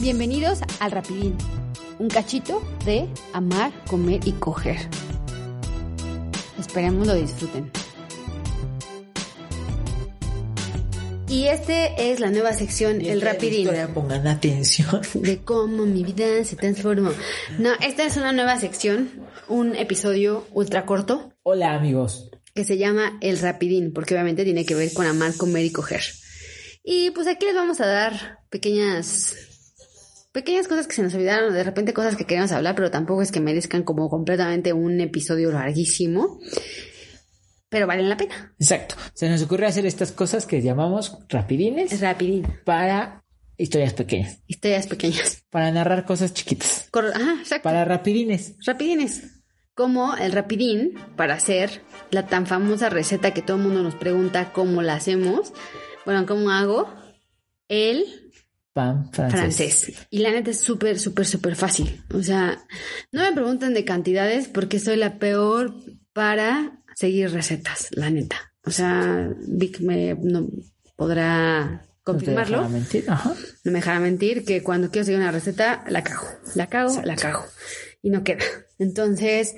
Bienvenidos al Rapidín, un cachito de amar, comer y coger. Esperemos lo disfruten. Y este es la nueva sección, el Rapidín, pongan atención. de cómo mi vida se transformó. No, esta es una nueva sección, un episodio ultra corto Hola amigos. que se llama el Rapidín, porque obviamente tiene que ver con amar, comer y coger. Y pues aquí les vamos a dar pequeñas pequeñas cosas que se nos olvidaron, de repente cosas que queríamos hablar, pero tampoco es que merezcan como completamente un episodio larguísimo, pero valen la pena. Exacto. Se nos ocurre hacer estas cosas que llamamos rapidines Es rapidín, para historias pequeñas, historias pequeñas. para narrar cosas chiquitas, Cor- Ajá, exacto. para rapidines. Rapidines. Como el rapidín para hacer la tan famosa receta que todo el mundo nos pregunta cómo la hacemos. Bueno, ¿cómo hago? El Pan francés. francés. Y la neta es súper, súper, súper fácil. O sea, no me pregunten de cantidades porque soy la peor para seguir recetas, la neta. O sea, Vic me no podrá No te dejará confirmarlo. mentir, ajá. No me dejará mentir que cuando quiero seguir una receta, la cago. La cago, la cago. Y no queda. Entonces,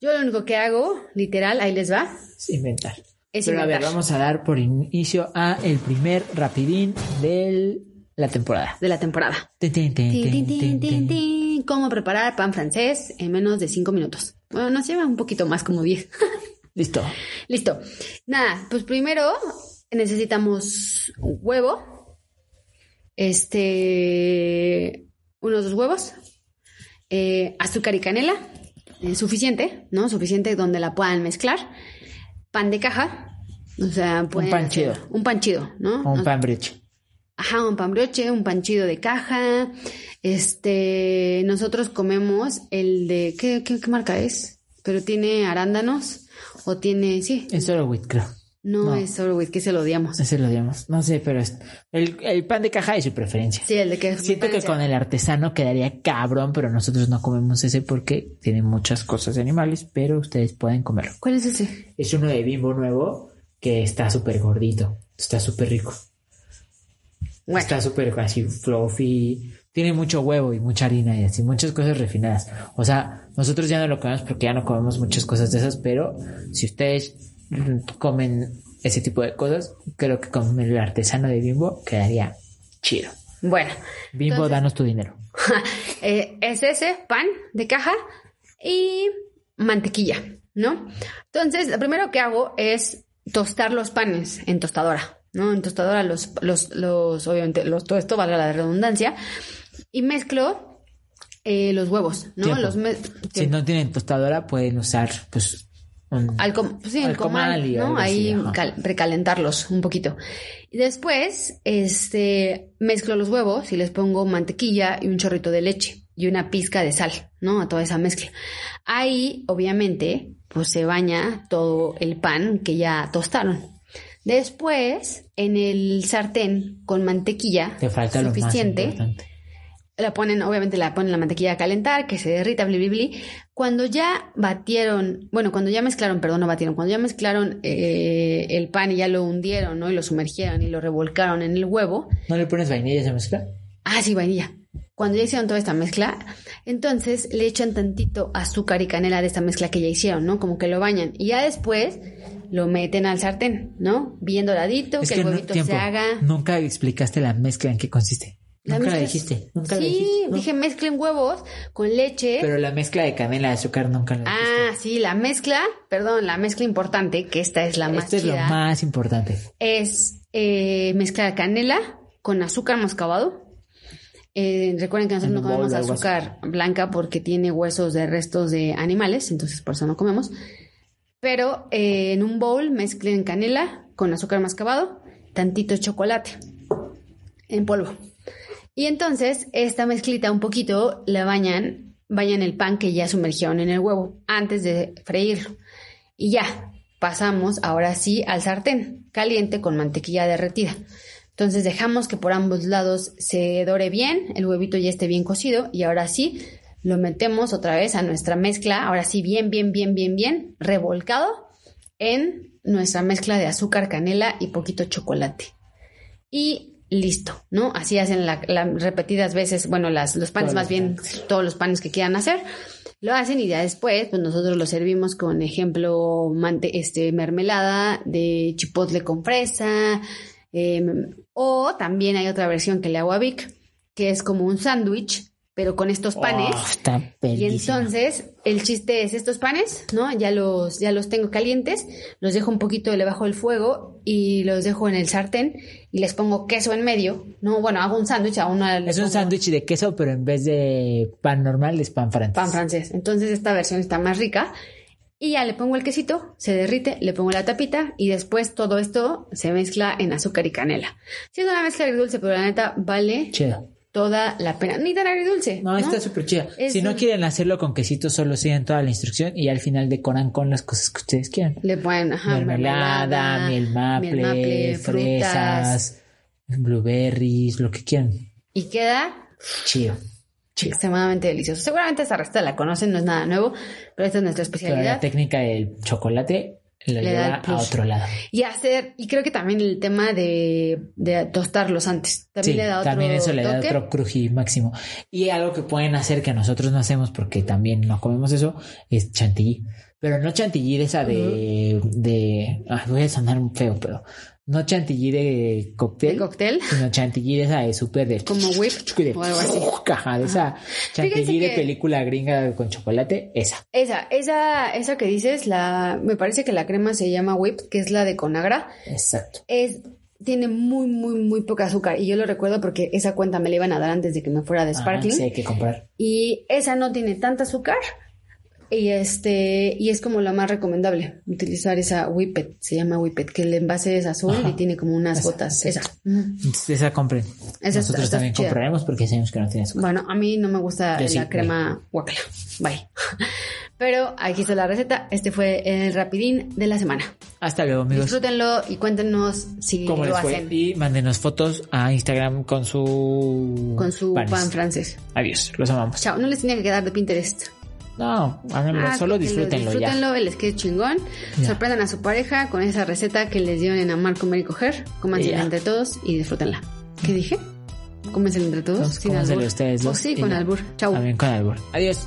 yo lo único que hago, literal, ahí les va, Es inventar. es Pero a ver, inventar. vamos a dar por inicio a el primer rapidín de la temporada. De la temporada. Tin, tin, tin, Tin, tin, tin, tin, tin. tin. ¿Cómo preparar pan francés en menos de 5 minutos? Bueno, nos lleva un poquito más, como 10. Listo. Listo. Nada, pues primero necesitamos un huevo. Este. Unos dos huevos. eh, azúcar y canela. eh, suficiente, ¿no? Suficiente donde la puedan mezclar. Pan de caja. O sea, pueden pan hacer chido. Un pan chido, ¿no? Un O- pan bridge. Ajá, un pan broche, un pan chido de caja. Este, nosotros comemos el de, ¿qué, qué, qué marca es? Pero tiene arándanos o tiene, sí, Es solo wheat, creo. no, No. es Orwit, que se lo odiamos. Ese lo llamamos. No sé, pero es... el, el pan de caja es su preferencia. Sí, el de que... Siento que con el artesano quedaría cabrón, pero nosotros no comemos ese porque tiene muchas cosas de animales, pero ustedes pueden comerlo. ¿Cuál es ese? Es uno de bimbo nuevo que está súper gordito, está súper rico, Bueno, está súper así fluffy, tiene mucho huevo y mucha harina y así, muchas cosas refinadas. O sea, nosotros ya no lo comemos porque ya no comemos muchas cosas de esas, pero si ustedes mm, comen ese tipo de cosas, creo que con el artesano de bimbo quedaría chido. bueno. Bimbo, Entonces- danos tu dinero. Eh, es ese, pan de caja y mantequilla, ¿no? Entonces, lo primero que hago es tostar los panes en tostadora, ¿no? En tostadora los, los, los obviamente, los, todo esto, valga la redundancia, y mezclo eh, los huevos, ¿no? Tiempo. Los me- Si no tienen tostadora, pueden usar, pues, un- al com- pues sí, Al el comal, comal y algo ¿no? así, Ahí ajá. cal- precalentarlos un poquito. Y después, este, mezclo los huevos y les pongo mantequilla y un chorrito de leche y una pizca de sal, ¿no? A toda esa mezcla. Ahí, obviamente, pues se baña todo el pan que ya tostaron. Después, en el sartén con mantequilla te falta lo más suficiente, importante. la ponen, obviamente la ponen la mantequilla a calentar, que se derrita, bli, bli, bli. Cuando ya batieron, bueno, cuando ya mezclaron, perdón, no batieron, cuando ya mezclaron eh, el pan y ya lo hundieron, ¿no? Y lo sumergieron y lo revolcaron en el huevo. ¿No le pones vainilla a esa mezcla? Ah, sí, vainilla. Cuando ya hicieron toda esta mezcla, entonces le echan tantito azúcar y canela de esta mezcla que ya hicieron, ¿no? Como que lo bañan. Y ya después lo meten al sartén, ¿no? Bien doradito, que, el no- huevito tiempo. se haga. Nunca explicaste la mezcla en qué consiste. La nunca mezcla- la dijiste. Nunca la sí, dijiste, ¿no? dije mezclen huevos con leche. Pero la mezcla de canela y azúcar nunca la dijiste. Ah, sí, la mezcla, perdón, la mezcla importante, que esta es la más Esto es lo chida, más importante. es eh, mezclar canela con azúcar mascabado. Eh, recuerden que nosotros En no un bowl comemos o algo así. azúcar blanca porque tiene huesos de restos de animales, entonces por eso no comemos. Pero eh, en un bowl mezclen canela con azúcar mascabado, tantito chocolate en polvo. Y entonces esta mezclita un poquito la bañan, bañan el pan que ya sumergieron en el huevo antes de freírlo. Y ya, pasamos ahora sí al sartén caliente con mantequilla derretida. Entonces dejamos que por ambos lados se dore bien, el huevito ya esté bien cocido y ahora sí lo metemos otra vez a nuestra mezcla, ahora sí bien, bien, bien, bien, bien, revolcado en nuestra mezcla de azúcar, canela y poquito chocolate. Y listo, ¿no? Así hacen la, la- repetidas veces, bueno, las, los panes Todos más los bien, todos los panes que quieran hacer, lo hacen y ya después, pues nosotros lo servimos con ejemplo, mante- este, mermelada de chipotle con fresa, em, o también hay otra versión que le hago a Vic, que es como un sándwich, pero con estos panes. Oh, está Y bellísimo. entonces el chiste es estos panes, ¿no? Ya los, ya los tengo calientes, los dejo un poquito debajo del fuego y los dejo en el sartén y les pongo queso en medio, ¿no? Bueno, hago un sándwich, a uno le Es un pongo sándwich de queso, pero en vez de pan normal es pan francés. pan francés. Entonces esta versión está más rica y ya le pongo el quesito, se derrite, le pongo la tapita y después todo esto se mezcla en azúcar y canela. Sí es una mezcla agridulce, pero la neta vale Chido. toda la pena. Ni tan agridulce. No, está súper chida. Ah, Es Si no un- quieren hacerlo con quesito, solo siguen toda la instrucción y al final decoran con las cosas que ustedes quieran. Le ponen ajá, Mermelada, miel maple, miel maple, fresas, blueberries, lo que quieran. Y queda Chido. Chido. extremadamente delicioso. Seguramente esa receta la conocen, no es nada nuevo, pero esta es nuestra Pero la especialidad. técnica del chocolate lo Le da lleva el plus. a otro lado. Y hacer, y creo que también el tema de, de tostarlos antes. También sí, le da otro también eso le da toque. otro cruji máximo. Y algo que pueden hacer que nosotros no hacemos porque también no comemos eso es chantilly. Pero no chantilly de esa de. de ay, voy a sonar feo, pero. No chantilly de cóctel. de cóctel. Sino chantilly de esa de súper de. Como whip de- o algo así. Ajá, de esa Fíjense chantilly de que- película gringa con chocolate, esa. Esa, esa, esa que dices, la, me parece que la crema se llama whip, que es la de Conagra. Exacto. es tiene muy muy muy poca azúcar y yo lo recuerdo porque esa cuenta me la iban a dar antes de que me fuera de Ajá, sparkling Ah, sí, hay que comprar. y esa no tiene tanta azúcar y este y es como la más recomendable utilizar esa whippet se llama whippet que el envase es azul Ajá. y tiene como unas Esa, gotas esa. esa Mm. Entonces, esa compren. Esa Nosotros está- también está chida. compraremos porque sabemos que no tiene azúcar. bueno a mí no me gusta Yo la sí, bye. crema guacala bye pero aquí está la receta este fue el rapidín de la semana Hasta luego, amigos. disfrútenlo y cuéntenos si ¿Cómo lo les fue? hacen Y mándenos fotos a Instagram con su... con su panes. pan francés Adiós, los amamos. Chao, no les tenía que quedar de Pinterest. No, háganlo, Ah, solo que lo- disfrútenlo, Disfrútenlo, el sketch chingón. Ya. Sorprendan a su pareja con esa receta que les dieron en Amar, Comer y Coger. Cómansela Ya. entre todos y disfrútenla. ¿Qué dije? Cómensela entre todos. Entonces, cómansela albur. ustedes O dos sí, y con ya. albur. ya. Chao. También con albur. Adiós.